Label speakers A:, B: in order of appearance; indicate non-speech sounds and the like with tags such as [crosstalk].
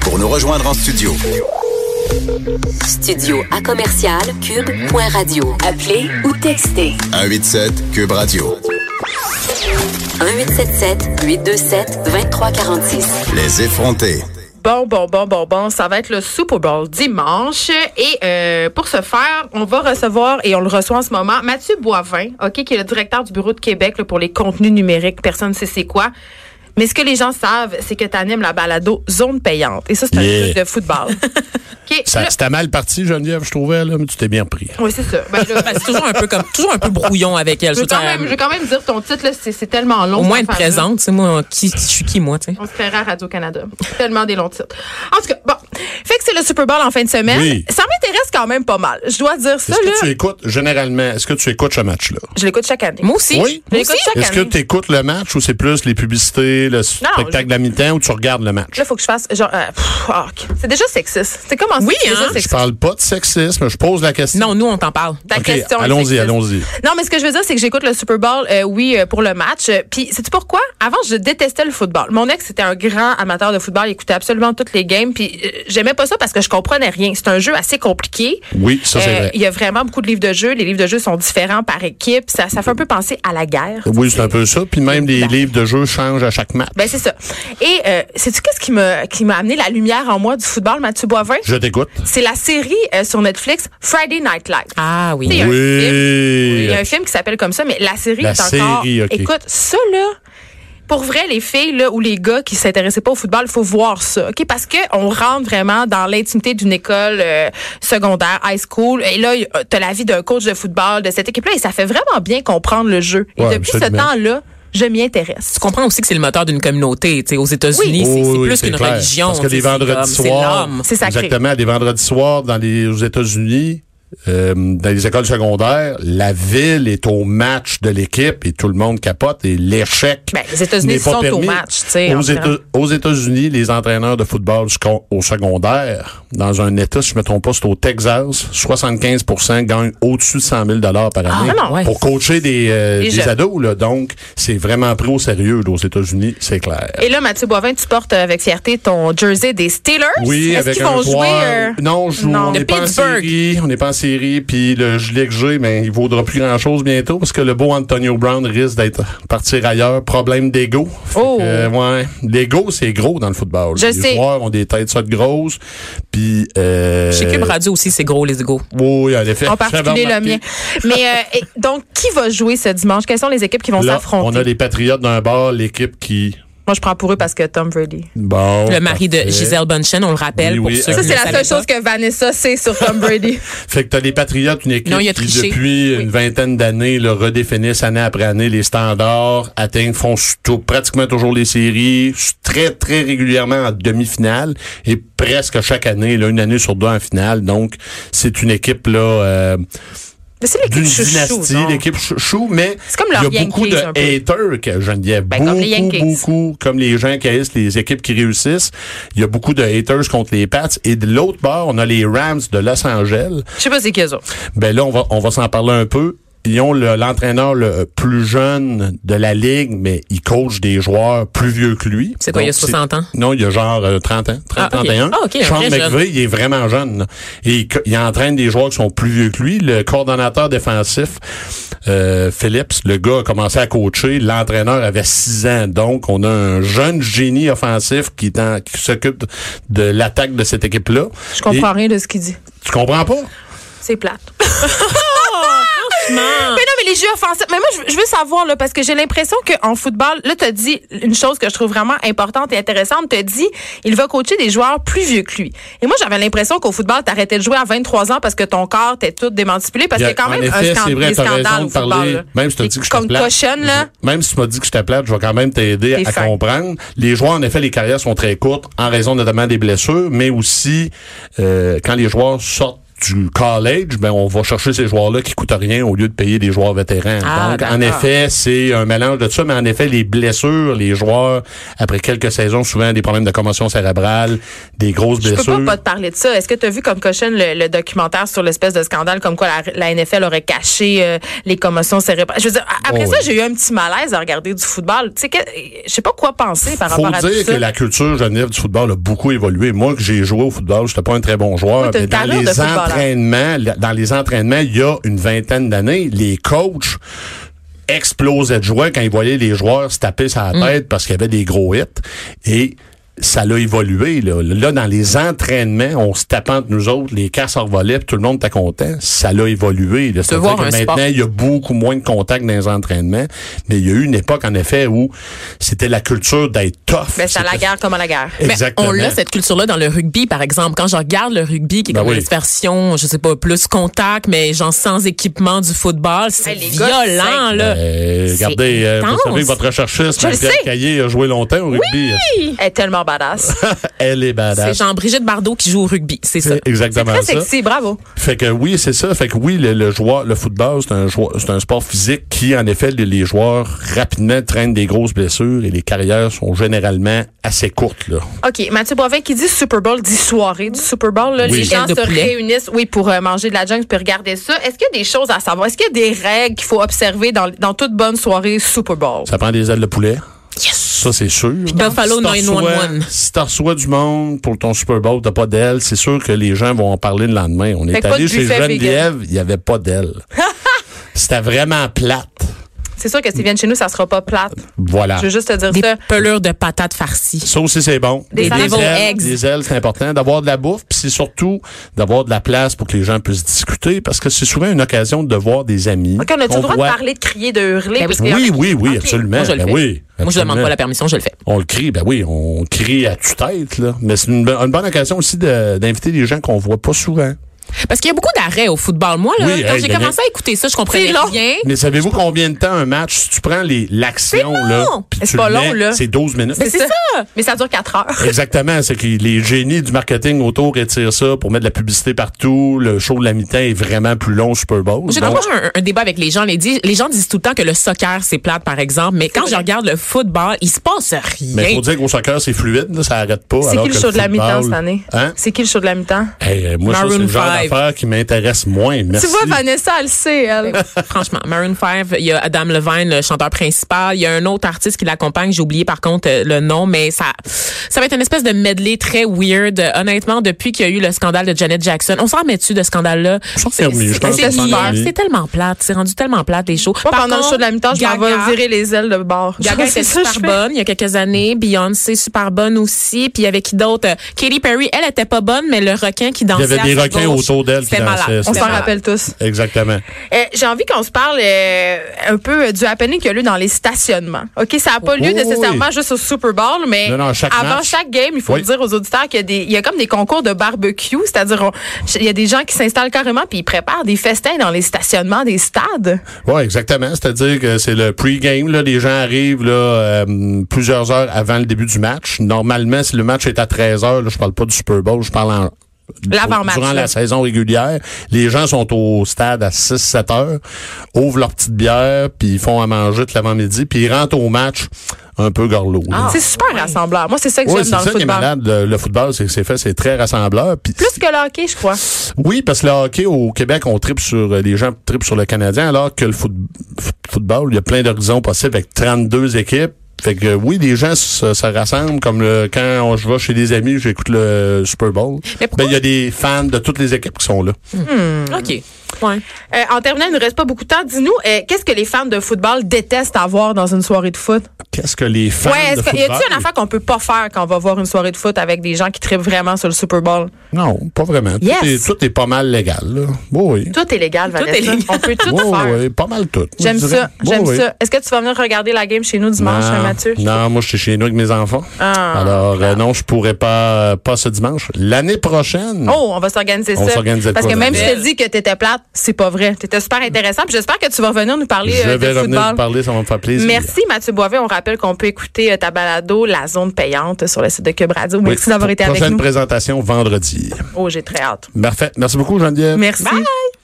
A: Pour nous rejoindre en studio,
B: Studio à commercial cube.radio. Appelez ou textez
A: 187 Cube Radio.
B: 1877 827 2346.
A: Les effronter.
C: Bon, bon, bon, bon, bon, ça va être le Super Bowl dimanche. Et euh, pour ce faire, on va recevoir, et on le reçoit en ce moment, Mathieu Boivin, OK, qui est le directeur du Bureau de Québec là, pour les contenus numériques. Personne ne sait c'est quoi. Mais ce que les gens savent, c'est que tu animes la balado Zone Payante. Et ça, c'est un
D: Yeah.
C: truc de football. OK,
D: Ça-
C: là-
D: C'était mal parti, Geneviève, je trouvais, là, mais tu t'es bien pris.
C: oui, c'est ça. Ben, là,
E: Ben, c'est toujours un peu comme toujours un peu brouillon avec elle.
C: je, veux
E: Je veux
C: quand
E: dire,
C: même, je veux quand même dire ton titre, là, c'est c'est tellement long.
E: au moins
C: cette
E: être
C: affaire-là.
E: présente, c'est moi qui je suis qui moi, tu sais.
C: On se créera à Radio-Canada. Tellement des longs titres. En tout cas, bon. Fait que c'est le Super Bowl en fin de semaine.
D: Oui.
C: Ça m'intéresse quand même pas mal. Je dois dire ça,
D: Est-ce
C: là.
D: que tu écoutes, généralement, est-ce que tu écoutes ce match-là?
C: Je l'écoute chaque année.
E: Moi aussi.
D: Oui.
C: Je
E: Moi
C: l'écoute
E: aussi.
C: chaque
D: Est-ce que
C: année.
D: tu écoutes le match ou c'est plus les publicités, le spectacle
C: je-
D: de la mi-temps ou tu regardes le match?
C: Là, faut que je fasse genre. euh, pff, ah, ok. C'est déjà sexiste. C'est comment ça?
E: Oui,
C: c'est déjà
E: hein,
D: Je
C: sexiste.
D: parle pas de sexisme, je pose la question.
E: Non, nous on t'en parle.
C: Ta
D: OK,
C: question est
D: allons-y,
C: sexiste.
D: allons-y.
C: Non, mais ce que je veux dire, c'est que j'écoute le Super Bowl, euh, oui, euh, pour le match. Euh, Puis, sais-tu pourquoi? Avant, je détestais le football. Mon ex était un grand amateur de football. Il écoutait absolument toutes les games. Puis, euh, j'aimais pas ça parce que je comprenais rien. C'est un jeu assez compliqué. Euh,
D: Oui, ça, c'est vrai.
C: Il y a vraiment beaucoup de livres de jeux. Les livres de jeux sont différents par équipe. Ça, ça fait un peu penser à la guerre.
D: Oui, c'est un peu ça. Puis même les livres de jeu changent à chaque match.
C: Ben, c'est ça. Et, euh, sais-tu qu'est-ce qui m'a, qui m'a amené la lumière en moi du football, Mathieu Boivin?
D: Je t'écoute.
C: C'est la série euh, sur Netflix, Friday Night Live.
E: Ah oui.
C: Il y a un film- il
D: Oui.
C: y a un film qui s'appelle comme ça, mais la série
D: La
C: est encore.
D: série, ok.
C: Écoute, ça là. Pour vrai, les filles là, ou les gars qui s'intéressaient pas au football, faut voir ça, ok Parce que on rentre vraiment dans l'intimité d'une école euh, secondaire, high school, et là y- t'as la vie d'un coach de football de cette équipe-là, et ça fait vraiment bien comprendre le jeu. Et
D: Ouais,
C: depuis
D: absolument.
C: ce temps-là, je m'y intéresse.
E: Tu comprends aussi que c'est le moteur d'une communauté, tu sais. Aux États-Unis,
C: Oui.
E: c'est- c'est
D: Oui,
E: plus
D: c'est
E: qu'une
D: clair.
E: religion.
D: Parce que
E: tu sais,
D: les
E: c'est comme-
D: vendredis
E: c'est
D: soirs,
E: l'âme.
C: C'est sacré.
D: Exactement, les vendredis soirs dans les aux États-Unis, euh, dans les écoles secondaires, la ville est au match de l'équipe et tout le monde capote et l'échec.
C: Ben, les États-Unis
D: n'est pas
C: sont au
D: permis.
C: match, tu sais, en
D: Aux, Éta-
C: général.
D: aux États-Unis, les entraîneurs de football sco- au secondaire, dans un État, si je me trompe pas, c'est au Texas, 75 gagnent au-dessus de 100 000 par année
C: Ah, non, ouais.
D: pour coacher des, euh,
C: Des
D: des
C: jeunes.
D: ados. Là. Donc, c'est vraiment pris au sérieux là, aux États-Unis, c'est clair.
C: Et là, Mathieu Boivin, tu portes avec fierté ton jersey des Steelers.
D: Oui,
C: Ah, Est-ce
D: avec
C: qu'ils
D: un
C: vont jouer
D: joueur-
C: euh,
D: Non, on joue.
C: Non.
D: On
C: De
D: n'est pas en
E: Pittsburgh.
D: série. On n'est pas en série. Puis le gilet que j'ai, ben, il vaudra plus grand chose bientôt parce que le beau Antonio Brown risque d'être partir ailleurs. Problème d'ego. Fait
C: Oh.
D: que, ouais. L'ego, c'est gros dans le football.
C: Je
D: Les
C: sais.
D: joueurs ont des têtes ça de grosses. Puis euh,
E: Chez Cube Radio aussi, c'est gros les égaux.
D: Oui, en effet.
C: en
D: j'avais
C: particulier le
D: remarqué.
C: mien. Mais euh, et donc, qui va jouer ce dimanche? Quelles sont les équipes qui vont
D: Là,
C: s'affronter?
D: on a les Patriotes d'un bord, l'équipe qui.
C: Moi, je prends pour eux parce que Tom Brady.
D: Bon.
E: Le mari de
D: parfait.
E: Gisèle Bunchen, on le rappelle
D: Oui,
E: pour
D: oui,
E: ceux
D: euh,
C: Ça,
E: qui
C: c'est
E: ne
C: la
E: savaient
C: seule chose
E: pas.
C: que Vanessa sait sur Tom Brady.
D: Fait que t'as les Patriotes, une équipe
E: Non, il a
D: qui,
E: triché.
D: depuis une vingtaine d'années, le redéfinissent année après année les standards, atteignent, font s- tou- pratiquement toujours les séries, s- très, très régulièrement en demi-finale et presque chaque année, là, une année sur deux en finale. Donc, c'est une équipe, là, euh,
C: [laughs] Mais c'est
D: d'une
C: l'équipe chouchou.
D: dynastie,
C: non?
D: l'équipe chouchou, mais
C: C'est comme
D: il y a
C: leurs
D: beaucoup de
C: Yankees, un peu.
D: haters que Geneviève.
C: Ben,
D: beaucoup,
C: comme les Yankees.
D: beaucoup, comme les gens qui haïssent les équipes qui réussissent. Il y a beaucoup de haters contre les Pats. Et de l'autre bord, on a les Rams de Los Angeles.
C: Je sais pas c'est qui eux autres.
D: Ben là, on va, on va s'en parler un peu. Ils ont le- l'entraîneur le euh, plus jeune de la ligue, mais il coach des joueurs plus vieux que lui.
E: C'est quoi, il y a
D: Donc,
E: 60 ans?
D: Non, il y a genre euh, 30 ans, 30,
E: Ah, ok.
D: 31.
E: Ah, ok, un
D: Sean
E: vrai jeune.
D: McVay, il est vraiment jeune. là. Et il, co- il entraîne des joueurs qui sont plus vieux que lui. Le coordonnateur défensif, euh, Phillips, le gars a commencé à coacher. L'entraîneur avait 6 ans. Donc, on a un jeune génie offensif qui, est en- qui s'occupe de l'attaque de cette équipe-là.
C: Je comprends rien de ce qu'il dit.
D: Et- tu comprends pas?
C: C'est plate. Mais
D: Ah.
C: non, mais les jeux offensifs. Mais moi, je veux- je veux savoir, là, parce que j'ai l'impression qu'en football, là, t'as dit une chose que je trouve vraiment importante et intéressante. T'as dit, il va coacher des joueurs plus vieux que lui. Et moi, j'avais l'impression qu'au football, t'arrêtais de jouer à 23 ans parce que ton corps t'es tout démanipulé, parce qu'il
D: Il y a-
C: y a quand
D: en
C: même
D: effet,
C: un scan-
D: c'est vrai,
C: des
D: t'as
C: scandales
D: raison
C: au
D: de
C: football.
D: parler.
C: là.
D: Même si t'as
C: Les
D: dit que j'étais plate.
C: concussions, là.
D: Même si tu m'as dit que j'étais plate, je vais quand même t'aider
C: T'es
D: à
C: fin.
D: comprendre. Les joueurs, en effet, les carrières sont très courtes en raison notamment des blessures, mais aussi euh, quand les joueurs sortent du college, ben on va chercher ces joueurs-là qui coûtent rien au lieu de payer des joueurs vétérans.
E: Ah,
D: Donc, en
E: d'accord.
D: effet, c'est un mélange de ça, mais en effet, les blessures, les joueurs, après quelques saisons, souvent des problèmes de commotion cérébrale, des grosses
C: Je peux
D: blessures.
C: pas, pas te parler de ça. Est-ce que tu as vu comme cochonne le, le documentaire sur l'espèce de scandale comme quoi la, la NFL aurait caché euh, les commotions cérébrales? Je veux dire, a- après
D: Oh,
C: ça,
D: oui.
C: j'ai eu un petit malaise à regarder du football. Tu sais, que- je sais pas quoi penser par
D: faut
C: rapport à tout
D: dire que
C: ça.
D: la culture Genève du football a beaucoup évolué. Moi, que j'ai joué au football, j'étais pas un très bon joueur.
C: Oui, t'as
D: mais
C: une
D: dans
C: carrière de
D: les
C: footballeur.
D: entraînements, la- dans les entraînements, il y a une vingtaine d'années, les coachs explosaient de joie quand ils voyaient les joueurs se taper sur la
C: Mm.
D: tête parce qu'il y avait des gros hits. Et ça l'a évolué. Là. là, dans les entraînements, on se tapait entre nous autres, les casses en volet, puis tout le monde était content. Ça l'a évolué. là. C'est-à-dire
E: voir
D: que
E: un
D: maintenant,
E: sport.
D: il y a beaucoup moins de contacts dans les entraînements. Mais il y a eu une époque, en effet, où c'était la culture d'être tough.
C: Ben, c'est à la
D: C'était-
C: guerre comme à la guerre.
E: Mais
D: Exactement.
E: Ben, on l'a cette culture-là dans le rugby, par exemple. Quand je regarde le rugby, qui est
D: Ben
E: comme
D: oui.
E: une version, je sais pas, plus contact, mais genre sans équipement du football, c'est
C: Hey, les gars,
E: violent
C: c'est-
E: là.
D: Euh, regardez,
E: C'est
D: euh, vous
E: intense.
D: savez que votre recherchiste,
C: Je le
D: Pierre
C: sais.
D: Caillé, a joué longtemps au rugby. [laughs]
C: Elle est tellement badass.
D: Elle est
E: C'est
D: badass.
E: Jean-Brigitte Bardot qui joue au rugby, c'est ça.
D: C'est Exactement
C: Très
D: ça.
C: sexy, bravo.
D: Fait que oui, c'est ça. Fait que oui, le, le joueur, le football, c'est un joueur- c'est un sport physique qui, en effet, les, les joueurs rapidement traînent des grosses blessures et les carrières sont généralement assez courtes. Là.
C: OK, Mathieu Boivin qui dit Super Bowl, dit soirée du Super Bowl. là,
D: Oui.
C: Les gens
E: Chaîne
C: se
E: de poulet.
C: réunissent oui, pour euh, manger de la junk puis regarder ça. Est-ce qu'il y a des choses à savoir? Est-ce qu'il y a des règles qu'il faut observer dans, dans toute bonne soirée Super Bowl?
D: Ça prend des ailes de poulet. Ça, c'est sûr.
E: Buffalo
D: t'en
E: 911.
D: reçois- Si t'en reçois du monde pour ton Super Bowl, t'as pas d'aile, c'est sûr que les gens vont en parler le lendemain. On
C: Fait
D: est
C: que pas
D: allé
C: de
D: chez
C: buffet
D: Geneviève, il n'y avait pas
C: [laughs]
D: d'aile. C'était vraiment plate.
C: C'est sûr que s'ils viennent chez nous, ça sera pas plate.
D: Voilà.
C: Je veux juste te dire
E: Des
C: ça.
E: pelures de patates farcies.
D: Ça aussi, c'est bon.
C: Des
D: ailes,
C: deviled
E: eggs.
D: des ailes, c'est important. D'avoir de la bouffe, puis c'est surtout d'avoir de la place pour que les gens puissent discuter, parce que c'est souvent une occasion de voir des amis.
C: OK, on a-tu
D: qu'on
C: le droit
D: voit-
C: de parler, de crier, de hurler?
E: Ben oui.
C: Parce que-
D: Oui, oui, oui,
C: OK.
D: absolument.
E: Moi, je le
D: Ben
E: fais.
D: oui,
E: Moi, je demande
D: absolument.
E: pas la permission, je le fais.
D: On le crie, ben oui, on crie à tue-tête, là. Mais c'est une, bo- une bonne occasion aussi de- d'inviter des gens qu'on voit pas souvent.
E: Parce qu'il y a beaucoup d'arrêts au football. Moi, là,
D: Oui,
E: quand
D: hey,
E: j'ai
D: Daniel.
E: commencé à écouter ça, je comprenais
C: C'est long.
E: rien.
D: Mais savez-vous combien de temps un match, si tu prends les- l'action,
E: C'est
D: là,
E: long.
D: puis
C: C'est
D: tu
C: pas
D: le mets,
C: long, là.
D: c'est 12 minutes.
E: Mais c'est ça.
C: Mais ça dure quatre heures.
D: Exactement, c'est que les génies du marketing autour étirent ça pour mettre de la publicité partout. Le show de la mi-temps est vraiment plus long au Super Bowl.
E: J'ai
D: Donc,
E: toujours un, un débat avec les gens. Les, dis- les gens disent tout le temps que le soccer, c'est plate, par exemple. Mais quand je regarde le football, il se passe rien.
D: mais faut dire qu'au soccer, c'est fluide, là, ça arrête pas.
C: C'est
D: alors
C: qui le
D: que
C: show de la
D: football-
C: mi-temps cette année?
D: Hein?
C: C'est qui le show de la mi-temps?
D: Hey, euh, moi, ça, c'est
E: Maroon
D: le genre
E: five.
D: d'affaire qui m'intéresse moins. Merci.
C: Tu vois, Vanessa, elle sait, elle.
E: Franchement, Maroon 5, il y a Adam Levine, le chanteur principal. Il y a un autre artiste qui l'accompagne. J'ai oublié par contre euh, le nom, mais ça, ça va être une espèce de medley très weird. Euh, Honnêtement, depuis qu'il y a eu le scandale de Janet Jackson, on s'en remet-tu de ce scandale-là?
D: s'en
E: C'est-
D: remet, je
E: c'est-
D: pense
E: c'est-
D: qu'on s'en remet.
E: C'est tellement plate. C'est rendu tellement plate, les shows.
C: Moi,
E: Par
C: pendant le
E: contre,
C: show de la mi-temps, je m'en
E: Gaga-
C: vais virer les ailes de bord.
E: Gaga était
C: C'est ça que je
E: super
C: fais.
E: bonne il y a quelques années. Beyoncé, super bonne aussi. Puis il y avait qui d'autre? Euh, Katy Perry, elle était pas bonne, mais le requin qui
D: Il y
E: dansait.
D: avait
E: à
D: des
E: sa
D: requins
E: gauche,
D: autour d'elle qui
E: c'était
D: dansaient,
E: malade.
D: c'était
C: On s'en
D: malade.
C: rappelle tous.
D: Exactement.
C: Euh, J'ai envie qu'on se parle euh, un peu euh, du happening qu'il y a lieu dans les stationnements. OK, ça n'a pas lieu
D: Oh, oui.
C: nécessairement juste au Super Bowl, mais
D: Non, non, chaque
C: avant
D: match.
C: chaque game, il faut
D: Oui.
C: dire aux auditeurs qu'il y, a des- il y a comme des concours de barbecue, c'est-à-dire on- il y a des gens qui s'installent carrément puis ils préparent des festins dans les stationnements des stades.
D: Oui, exactement. C'est-à-dire que c'est le pre-game. Là, les gens arrivent là, euh, plusieurs heures avant le début du match. Normalement, si le match est à 13 heures, là, je parle pas du Super Bowl, je parle en
C: L'avant-match,
D: durant
C: là.
D: la saison régulière, les gens sont au stade à 6-7 heures, ouvrent leur petite bière, puis ils font à manger tout l'avant-midi, puis ils rentrent au match un peu gorlot. là.
C: c'est super rassembleur. Moi, c'est ça que
D: Ah, Oui,
C: Ah, j'aime
D: c'est
C: dans
D: ça
C: le
D: qui est
C: football.
D: malade. Le, le football, c'est que c'est fait, c'est très rassembleur. Puis
C: Plus que le hockey, je crois.
D: oui, parce que le hockey au Québec, on tripe sur euh, les gens tripent sur le Canadien, alors que le foot- f- football, il y a plein d'horizons possibles avec 32 équipes. Fait que euh, oui, les gens se, se rassemblent comme le- quand on- je vais chez des amis, j'écoute le Super Bowl.
E: Mais
D: Ben, il
E: pourquoi-
D: y a des fans de toutes les équipes qui sont là.
C: Mm.
E: OK. Ouais.
C: Euh, en terminant, il ne nous reste pas beaucoup de temps. Dis-nous, euh, qu'est-ce que les fans de football détestent avoir dans une soirée de foot?
D: Qu'est-ce que les fans
C: Ouais,
D: de
C: est-ce que- y
D: football...
C: a-t-il une affaire qu'on peut pas faire quand on va voir une soirée de foot avec des gens qui trippent vraiment sur le Super Bowl?
D: Non, pas vraiment. Tout,
C: Yes.
D: est, tout est pas mal légal. Là. Oui, oui.
C: Tout est légal, Vanessa.
E: est légal.
C: On
D: [laughs]
C: peut tout
D: Oui,
C: faire.
D: oui, pas mal tout.
C: J'aime
D: je dirais.
C: ça,
D: Oui,
C: j'aime
D: oui.
C: ça. Est-ce que tu vas venir regarder la game chez nous dimanche, hein,
D: non,
C: Mathieu?
D: Non, moi, je suis chez nous avec mes enfants.
C: Ah,
D: Alors, euh, non, je pourrais pas, euh, pas ce dimanche. L'année prochaine.
C: Oh, on va s'organiser
D: On
C: ça.
D: s'organise de
C: Parce
D: quoi,
C: que même si je
D: Vanessa?
C: te dis que t'étais plate, c'est pas vrai. C'était super intéressant. puis J'espère que tu vas revenir nous parler
D: Je
C: euh,
D: vais
C: de
D: revenir vous
C: football.
D: parler, ça va me faire plaisir.
C: Merci Mathieu Boivin. On rappelle qu'on peut écouter euh, ta balado, la zone payante sur le site de Cube Radio.
D: Oui,
C: Merci d'avoir été avec
D: Prochaine
C: nous.
D: présentation vendredi.
C: Oh, j'ai très hâte.
D: Parfait. Merci beaucoup, Geneviève.
C: Merci.
E: Bye.